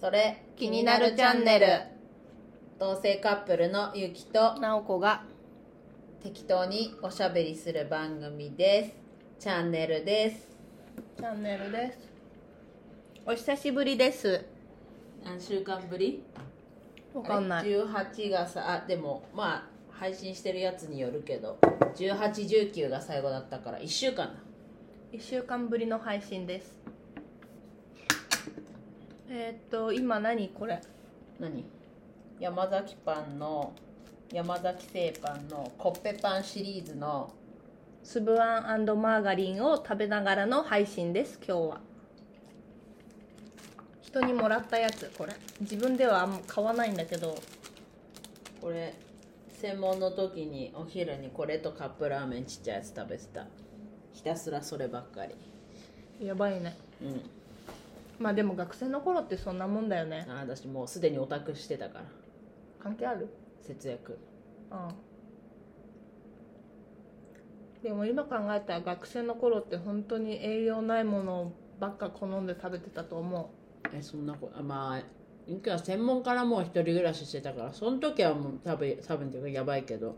それ気になるチャンネル同性カップルのゆきとなおこが適当におしゃべりする番組ですチャンネルですチャンネルですお久しぶりです何週間ぶりわかんない、 18がさあでもまあ配信してるやつによるけど1819が最後だったから1週間だ1週間ぶりの配信ですえー、っと今何これ何山崎パンの山崎製パンのコッペパンシリーズの粒あんマーガリンを食べながらの配信です今日は人にもらったやつこれ自分ではあんま買わないんだけどこれ専門の時にお昼にこれとカップラーメンちっちゃいやつ食べてたひたすらそればっかりやばいねうんまあでも学生の頃ってそんなもんだよねあ私もうすでにオタクしてたから関係ある節約うんでも今考えたら学生の頃って本当に栄養ないものばっか好んで食べてたと思えそんなことあまあゆきは専門からもう一人暮らししてたからその時はもう多分多分っていうかやばいけど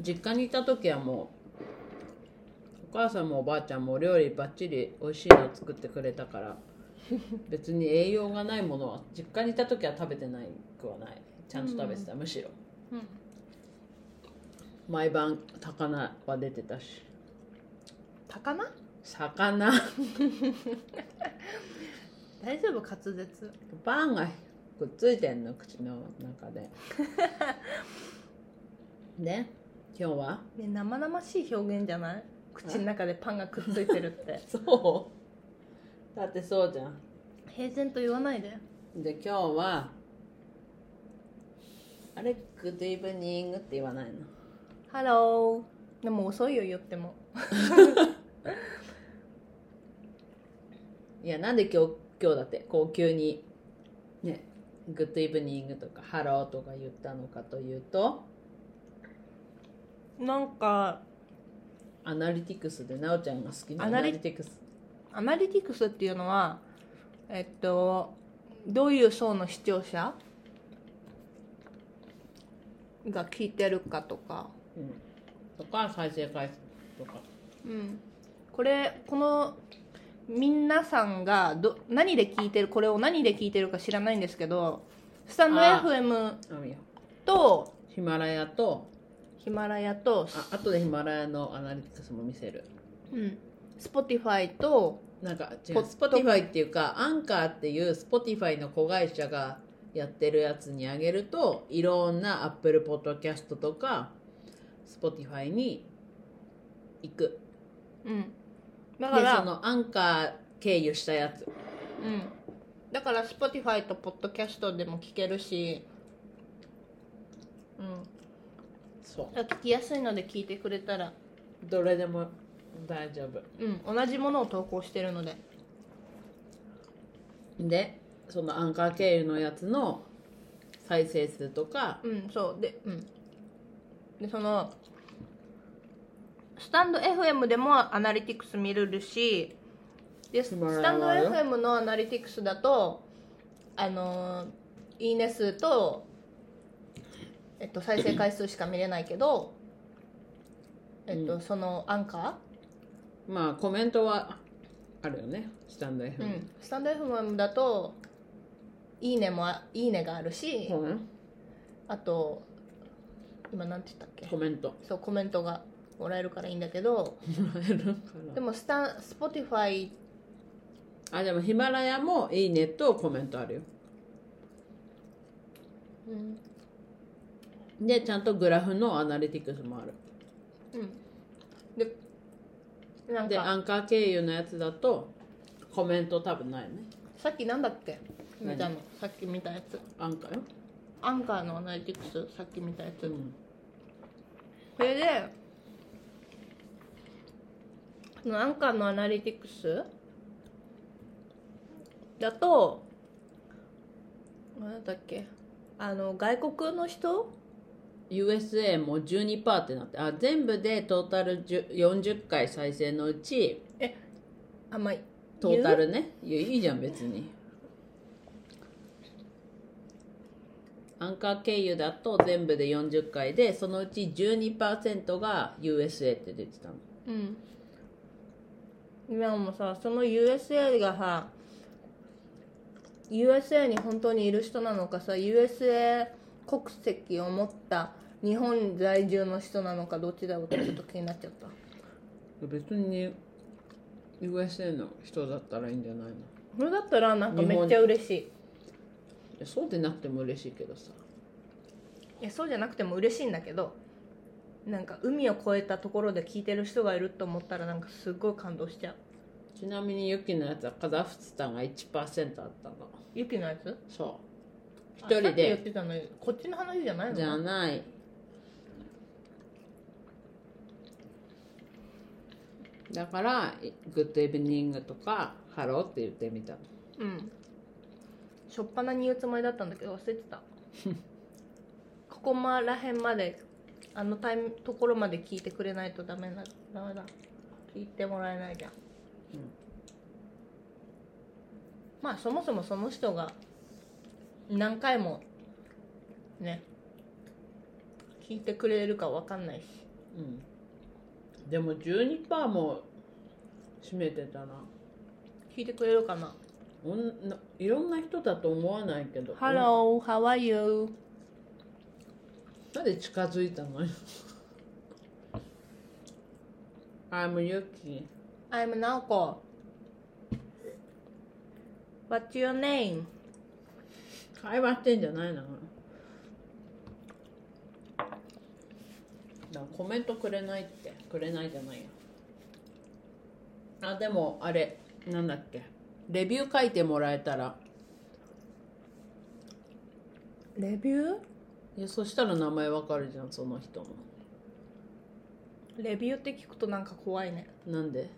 実家にいた時はもうお母さんもおばあちゃんもお料理ばっちり美味しいの作ってくれたから別に栄養がないものは実家にいた時は食べてないくはないちゃんと食べてた、むしろう、毎晩魚は出てたし高菜魚大丈夫滑舌パンがくっついてんの口の中 でね今日はね生々しい表現じゃない口の中でパンがくっついてるってそうだってそうじゃん 平然と言わないでで今日はあれグッドイブニングって言わないのハローでも遅いよ言ってもいやなんで今日今日だってこう急にねグッドイブニングとかハローとか言ったのかというとなんかアナリティクスでなおちゃんが好きなアアナナリリティクスアナリティクスっていうのはえっとどういう層の視聴者が聞いてるかとか、うんとか再生回数とかうん、これこの皆さんがど何で聞いてるこれを何で聞いてるか知らないんですけどスタンドあ FM あいやとヒマラヤとヒマラヤと、あ後でヒマラヤのアナリティクスも見せるうん、Spotify となんか違うポッ Spotify っていうかアンカーっていう Spotify の子会社がやってるやつにあげるといろんな Apple Podcast とか Spotify に行くうん、だでかそら、のアンカー経由したやつうん、だから Spotify と Podcast でも聞けるし、うん、そ聞きやすいので聞いてくれたら、うどれでも大丈夫うん、同じものを投稿してるのででそのアンカー経由のやつの再生数とかうんそうでうんでそのスタンド FM でもアナリティクス見れるしでスヒマラヤスタンドはよ FM のアナリティクスだとあのーいいね数と、えっと、再生回数しか見れないけど、えっとそのアンカまあコメントはあるよねスタンド FM ー、うん、スタンド FM だといいねもあいいねがあるし、うんあと今なんて言ったっけコメント そうコメントがもらえるからいいんだけどもらえるかなでもスタン Spotify あでもヒマラヤも「いいね」とコメントあるようん、でちゃんとグラフのアナリティクスもあるでなんでかアンカー経由のやつだとコメント多分ないよねさっきなんだっけ何見たのさっき見たやつアンカーよ、アンカーのアナリティクスさっき見たやつ、うん、それでそのアンカーのアナリティクスだとなんだっけあの外国の人 USA も12%ってなってあ全部でトータル10 40回再生のうちあんまりトータルねいやいいじゃん別にアンカー経由だと全部で40回でそのうち12%が USA って出てたのうん今もさその USA がさ USA に本当にいる人なのかさ USA 国籍を持った日本在住の人なのかどっちだろうってちょっと気になっちゃった別に USA の人だったらいいんじゃないのそれだったらなんかめっちゃ嬉しいいやそうでなくても嬉しいけどさいやそうじゃなくても嬉しいんだけどなんか海を越えたところで聞いてる人がいると思ったらなんかすっごい感動しちゃうちなみにユキのやつはカザフスタンが1%あったのユキのやつそう一あさ人っき言でってたのこっちの話じゃないのじゃないだから「グッドイブニング」とか「ハロー」って言ってみたのうん初っ端に言うつもりだったんだけど忘れて たここまらへんまであのタイムところまで聞いてくれないとダメなダメだ聞いてもらえないじゃん、まあそもそもその人が何回もね聞いてくれるかわかんないしでも12%も占めてたな聞いてくれるかなおんないろんな人だと思わないけど Hello, how are you? なんで近づいたの I'm Yuki I'm Naoko. What's your name? 会話してんじゃないのだからコメントくれないってくれないじゃないよあでもあれなんだっけレビュー書いてもらえたらレビュいやそしたら名前わかるじゃんその人もーレビューって聞くとなんか怖いね。なんで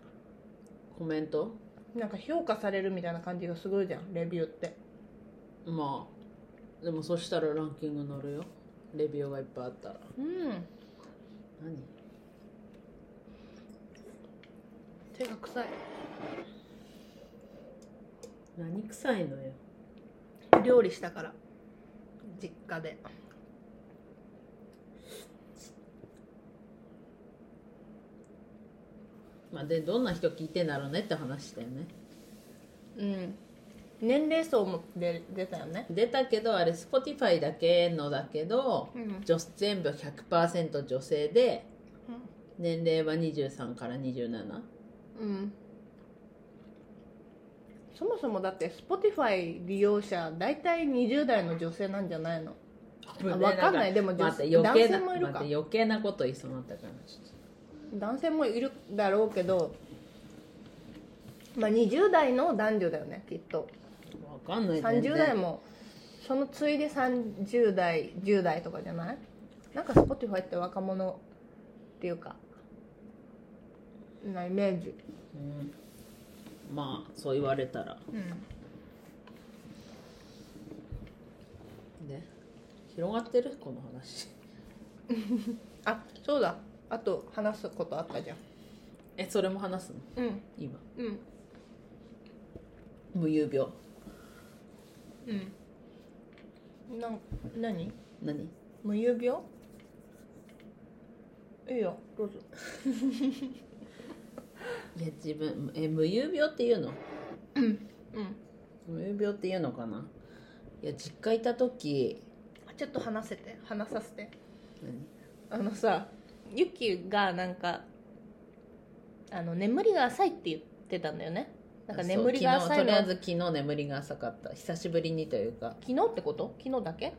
コメントなんか評価されるみたいな感じがすごいじゃん、レビューって。まあでもそしたらランキング乗るよレビューがいっぱいあったらうん。何手が臭い。何臭いのよ料理したから。実家で。まあでどんな人聞いてんだろうねって話だよねうん。年齢層も出出たよね。出たけどあれ Spotify だけのだけど、うん女全部100%女性で年齢は23から27うん。そもそもだって Spotify 利用者大体20代の女性なんじゃないのわわかんないでも女待って余計男性なもいるか待って余計なこと言いそうになったからちょっと男性もいるだろうけど、まあ、20代の男女だよねきっとわかんない全然30代もその次いで30代10代とかじゃないなんか Spotify って若者っていうかなイメージまあそう言われたらうんね広がってるこの話 あそうだあと話すことあったじゃんえそれも話すのうん今うん無遊病うんなん何何無遊病いいよどうぞいや自分え無遊病っていうのうん無遊病っていうのかないや実家いた時ちょっと話せて話させて何あのさユキがなんかあの眠りが浅いって言ってたんだよねなんか眠りがそう浅い昨日とのりあえ昨ず昨日眠りが浅かった久しぶりにというか日ってこと昨日だけ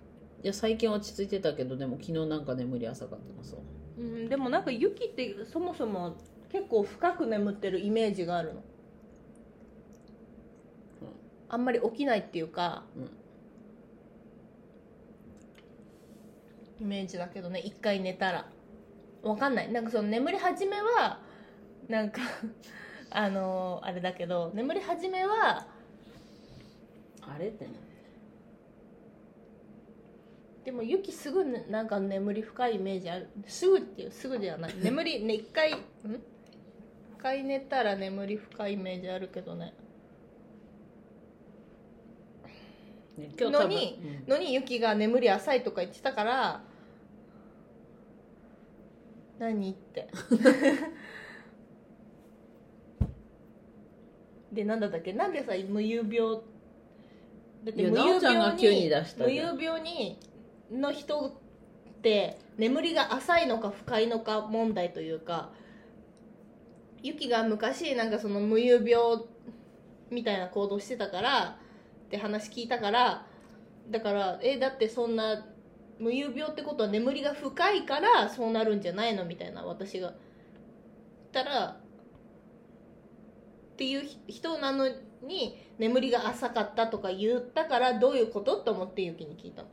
いや最近落ち着いてたけどでも昨日なんか眠り浅かったのそううんでもなんかユキってそもそも結構深く眠ってるイメージがあるの、あんまり起きないっていうか、イメージだけどね一回寝たらわかんないなんかその眠り始めはなんかあのーあれだけど眠り始めはあれってなでもユキすぐねなんか眠り深いイメージあるすぐっていうすぐではない眠りね一回ん一回寝たら眠り深いイメージあるけどねねのにのにユキが眠り浅いとか言ってたから何ってでなんだったっけなんでさ無遊病だっていや無なお遊ちゃん病がに急に出した無じゃん遊病にの人って眠りが浅いのか深いのか問題というかユキが昔なんかその無遊病みたいな行動してたからって話聞いたからだからえだってそんな無遊病ってことは眠りが深いからそうなるんじゃないのみたいな私がたらっていう人なのに眠りが浅かったとか言ったからどういうことと思ってユキに聞いたの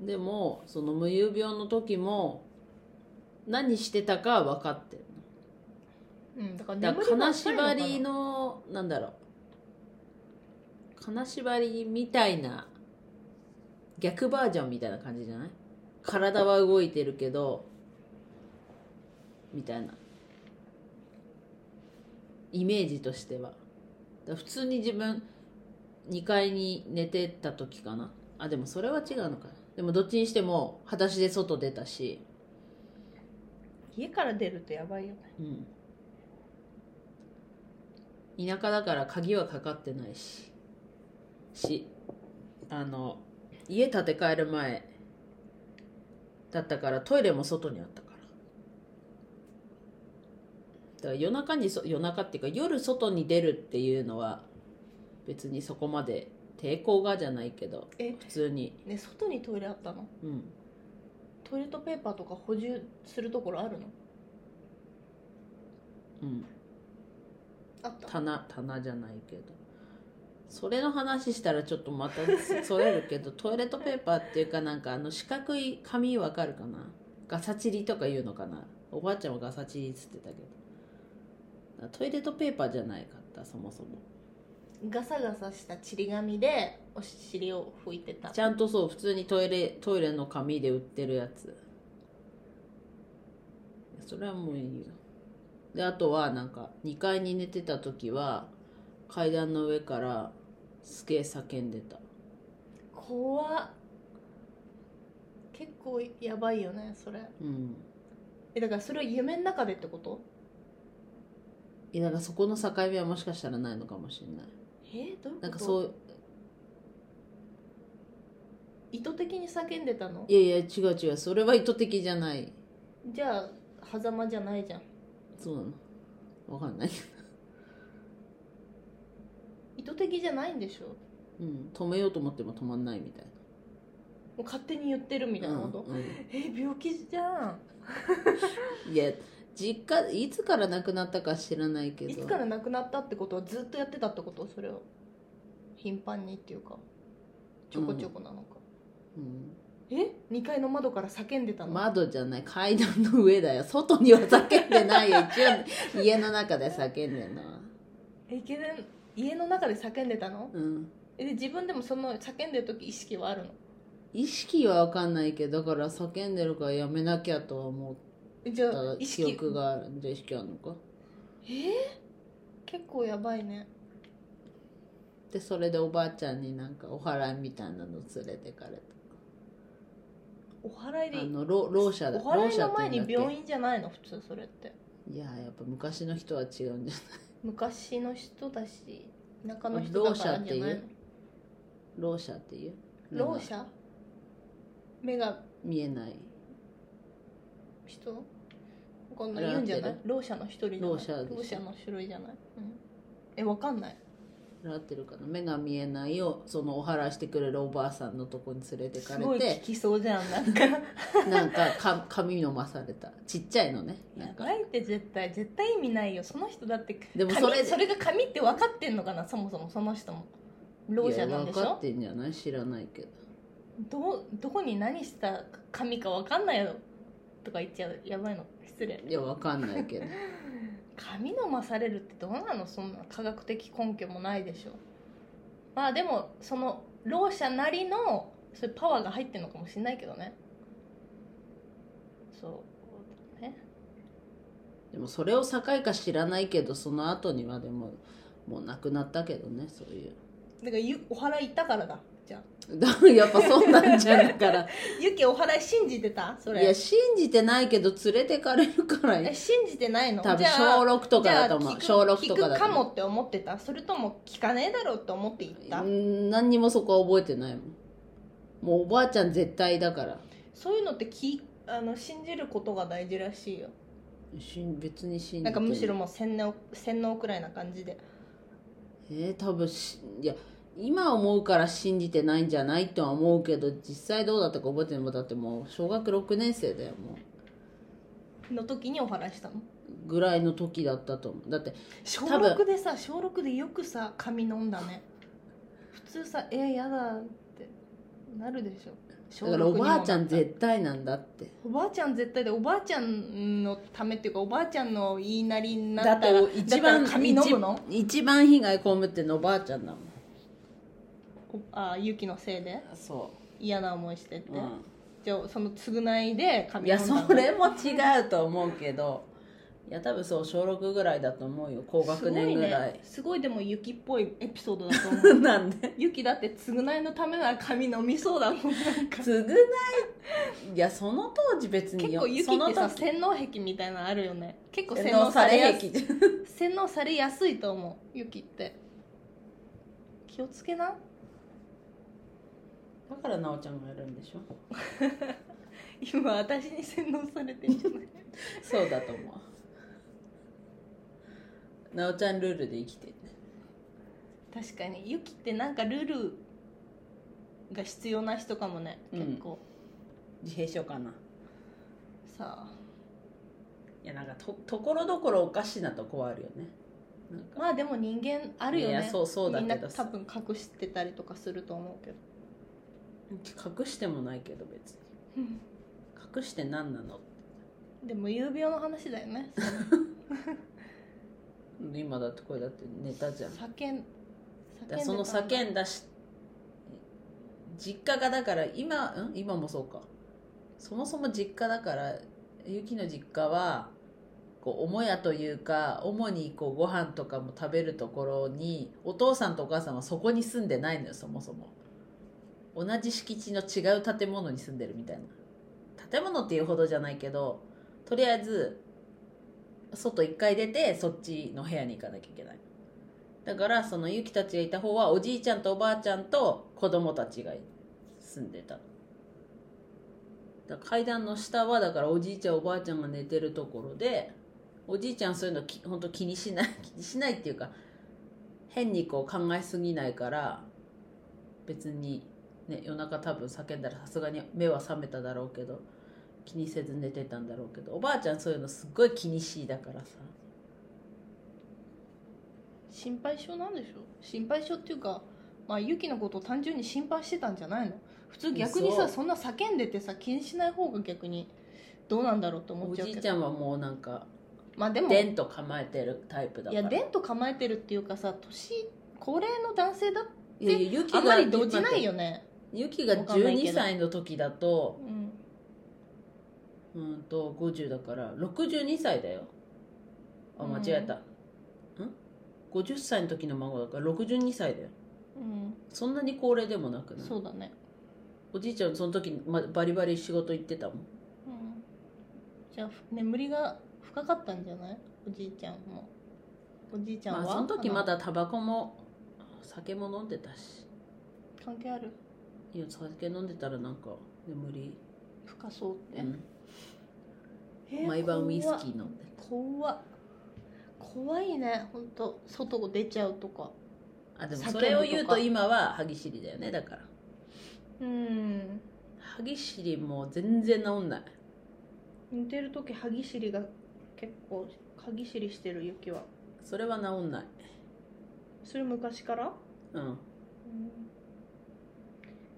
でもその無遊病の時も何してたかは分かってるうん、だからだ眠かりがら金浅いのか縛なりのなんだろう金縛りみたいな逆バージョンみたいな感じじゃない体は動いてるけどみたいなイメージとしてはだから普通に自分2階に寝てた時かなあでもそれは違うのかでもどっちにしても裸足で外出たし家から出るとやばいよねうん田舎だから鍵はかかってないししあの家建て替える前だったからトイレも外にあったからだから夜中にそ夜中っていうか夜外に出るっていうのは別にそこまで抵抗がじゃないけどえ普通にね外にトイレあったのうんトイレットペーパーとか補充するところあるのうんあった棚棚じゃないけどそれの話したらちょっとまたそそれるけどトイレットペーパーっていうかなんかあの四角い紙わかるかなガサチリとか言うのかなおばあちゃんはガサチリっつってたけどトイレットペーパーじゃないかったそもそもガサガサしたちり紙でお尻を拭いてたちゃんとそう普通にトイレトイレの紙で売ってるやつそれはもういいよであとはなんか2階に寝てた時は階段の上からすげえ叫んでた怖っ結構やばいよねそれうんえだからそれは夢の中でってこといやだからそこの境目はもしかしたらないのかもしれないえどういうことなんかそう意図的に叫んでたのいやいや違う違うそれは意図的じゃないじゃあ狭間じゃないじゃんそうなのわかんない意図的じゃないんでしょもうん止めようと思っても止まんないみたいう勝手に言ってるみたないなこと、うんうんえ病気じゃいや実家いつから亡くなったか知らないけんどいつから亡くなったってことはずっとやってたってことそれを頻繁にっていうかちょこちょこなのか、うん、え2階の窓から叫んでたの、窓じゃない階段の上だよ外には叫んでないよ一応家の中で叫んでんなえいけねん家の中で叫んでたのうんえで自分でもその叫んでる時意識はあるの意識はわかんないけどだから叫んでるからやめなきゃとは思えじっゃたあ意記識憶があるんで意識あるのかえー、結構やばいねでそれでおばあちゃんになんかお祓いみたいなの連れてかれお祓いたあでのろろう者だお祓いのろう者前って言うんだっにけ病院じゃないの普通それっていややっぱ昔の人は違うんじゃない昔の人だし田舎の人だからじゃないのろう者っていうろう者目が見えない人わかんなあいれ言うんじゃな合っいてろう者の一人じゃないろう者でしょろう者の種類じゃない、うん、えわかんない合ってるかな目が見えないをそのお祓いしてくれるおばあさんのとこに連れてすかごれい聞てきそうじゃんなんかなんかか髪のまされたちっちゃいのね なやんかばいって絶対絶対意味ないよその人だってでも紙それでそれが紙って分かってんのかなそもそもその人もろう者なんでしいや分かっょてんじゃない知らないけどどうどこに何した紙か分かんないよとか言っちゃうやばいの失礼いや分かんないけど 紙飲まされるってどうなのそんな科学的根拠もないでしょまあでもそのろう者なりのそういうパワーが入ってるのかもしれないけどねそうねでもそれを境か知らないけどその後にはでももう亡くなったけどねそういうだからゆお祓い行ったからだじゃんだ やっぱそうなんじゃんからユキお祓い信じてた そいやれ信じてないけど連れてかれるからえ信じてないの多分じゃあ小六とかだと思うじゃあ聞く小六とかだ聞くとか思うもって思ってたそれとも聞かねえだろうって思って言った、うん何にもそこは覚えてないもんもうおばあちゃん絶対だからそういうのってきあの信じることが大事らしいよしん別に信じてなんかむしろももう洗脳洗脳くらいな感じでえー、多分しいや今思うから信じてないんじゃないとは思うけど実際どうだったか覚えてないもんだってもう小学6年生だよもの時にお祓いしたのうぐらいの時だったと思うだって小多分6でさ小6でよくさ髪飲んだね普通さえー、やだってなるでしょ小だからお六にもばあちゃんなった絶対なんだっておばあちゃん絶対でおばあちゃんのためっていうかおばあちゃんの言いなりになだっったらて一番だったら髪飲むの一一番被害被ってんのおばあちゃんだもんおあゆきのせいでそ嫌な思いしてって、う、うんじゃあその償いでい髪や飲んだそのれも違うと思うけどいや多分そう小6ぐらいだと思うよ高学年ぐらいすごい,、ね、すごいでも雪っぽいエピソードだと思う なんで雪だって償いのためなら髪飲みそうだもんなんか償いいやその当時別に結よ構雪ってそのさ時洗脳癖みたいなのあるよね結構洗洗脳脳さされれやす癖じゃん洗脳されやすいと思う雪って気をつけなだから奈緒ちゃんがやるんでしょ今私に洗脳されてんじゃ ないそうだと思う奈緒ちゃんルールで生きてる確かに雪ってなんかルールが必要な人かもねうん結構、自閉症かなさあいやなんかとところどころおかしなとこはあるよねなんかまあでも人間あるよねいやそうそうだけどみんな多分隠してたりとかすると思うけど隠してもないけど別に隠して何なのでも有病の話だよね今だってこれだってネタじゃん叫ん叫んだでその叫んんだし実家がだから今ん今もそうかそもそも実家だからゆきの実家はこう母屋というか主にこうご飯とかも食べるところにお父さんとお母さんはそこに住んでないのよそもそも同じ敷地の違う建物に住んでるみたいな建物っていうほどじゃないけどとりあえず外1回出てそっちの部屋に行かなきゃいけないだからそのユキたちがいた方はおじいちゃんとおばあちゃんと子供たちが住んでただから階段の下はだからおじいちゃんおばあちゃんが寝てるところでおじいちゃんそういうのき本当気にしない 気にしないっていうか変にこう考えすぎないから別に、ね、夜中多分叫んだらさすがに目は覚めただろうけど気にせず寝てたんだろうけどおばあちゃんそういうのすっごい気にしいだからさ心配性なんでしょ心配性っていうかまあユキのことを単純に心配してたんじゃないの普通逆にそさうそんな叫んでてさ気にしない方が逆にどうなんだろうと思おっちゃうじけいどちゃんはもうなんかまあでもでんと構えてるタイプだいからやでんと構えてるっていうかさ年高齢の男性だっていやいやユキがあんまり動じないよね、ユキがわかんないけど12歳の時だとうん、うんと50だから62歳だよあうん間違えた、うん、50歳の時の孫だから62歳だようそんなに高齢でもなくん、ないそうだね、おじいちゃんその時、ま、バリバリ仕事行ってたもんうん、じゃあふ眠りが深かったんじゃないおじいちゃんもおじいちゃんは、まあその時まあだタバコも酒も飲んでたしの関係あるいや酒飲んでたらなんか眠り、深そうって、うんえー毎晩ウイス怖っキー飲んで怖っ怖いね本当外出ちゃうとかあでも叫ぶそれを言うととか今は歯ぎしりだよねだからうん歯ぎしりも全然治んない寝てる時歯ぎしりが結構歯ぎしりしてる雪はそれは治んないそれ昔からうんうん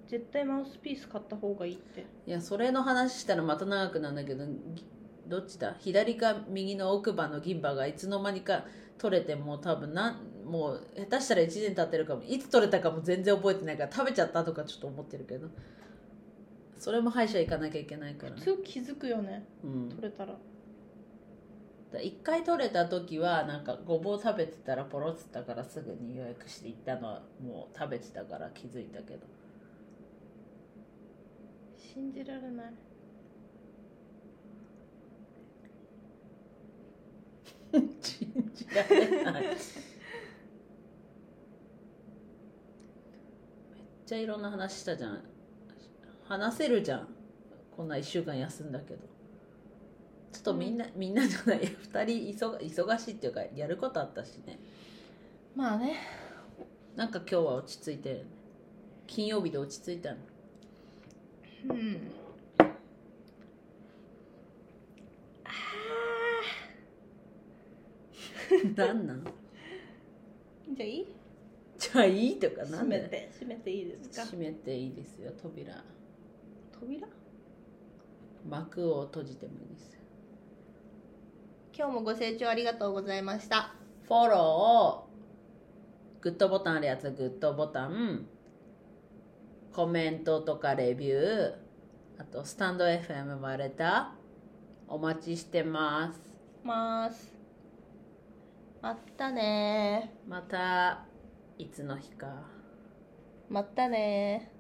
絶対マウスピース買った方がいいっていやそれの話したらまた長くなるんだけどぎどっちだ左か右の奥歯の銀歯がいつの間にか取れてもう多分なんもう下手したら1年経ってるかもいつ取れたかも全然覚えてないから食べちゃったとかちょっと思ってるけどそれも歯医者行かなきゃいけないから普通気づくよねうん、取れたらだ1回取れた時はなんかごぼう食 べてたらポロっつったからすぐに予約して行ったのはもう食べてたから気づいたけど信じられない信じられないめっちゃいろんな話したじゃん話せるじゃんこんな1週間休んだけどちょっとみんな、みんなじゃない2人忙忙しいっていうかやることあったしねまあねなんか今日は落ち着いてるね金曜日で落ち着いた のうん何なんじゃあいいじゃあいいとかな閉んめでて閉めていいですか閉めていいですよ扉扉幕を閉じてもいいですよ今日もご清聴ありがとうございましたフォローグッドボタンあるやつはグッドボタンコメントとかレビューあとスタンド FM もあれたお待ちしてますますまったねまたいつの日かまったね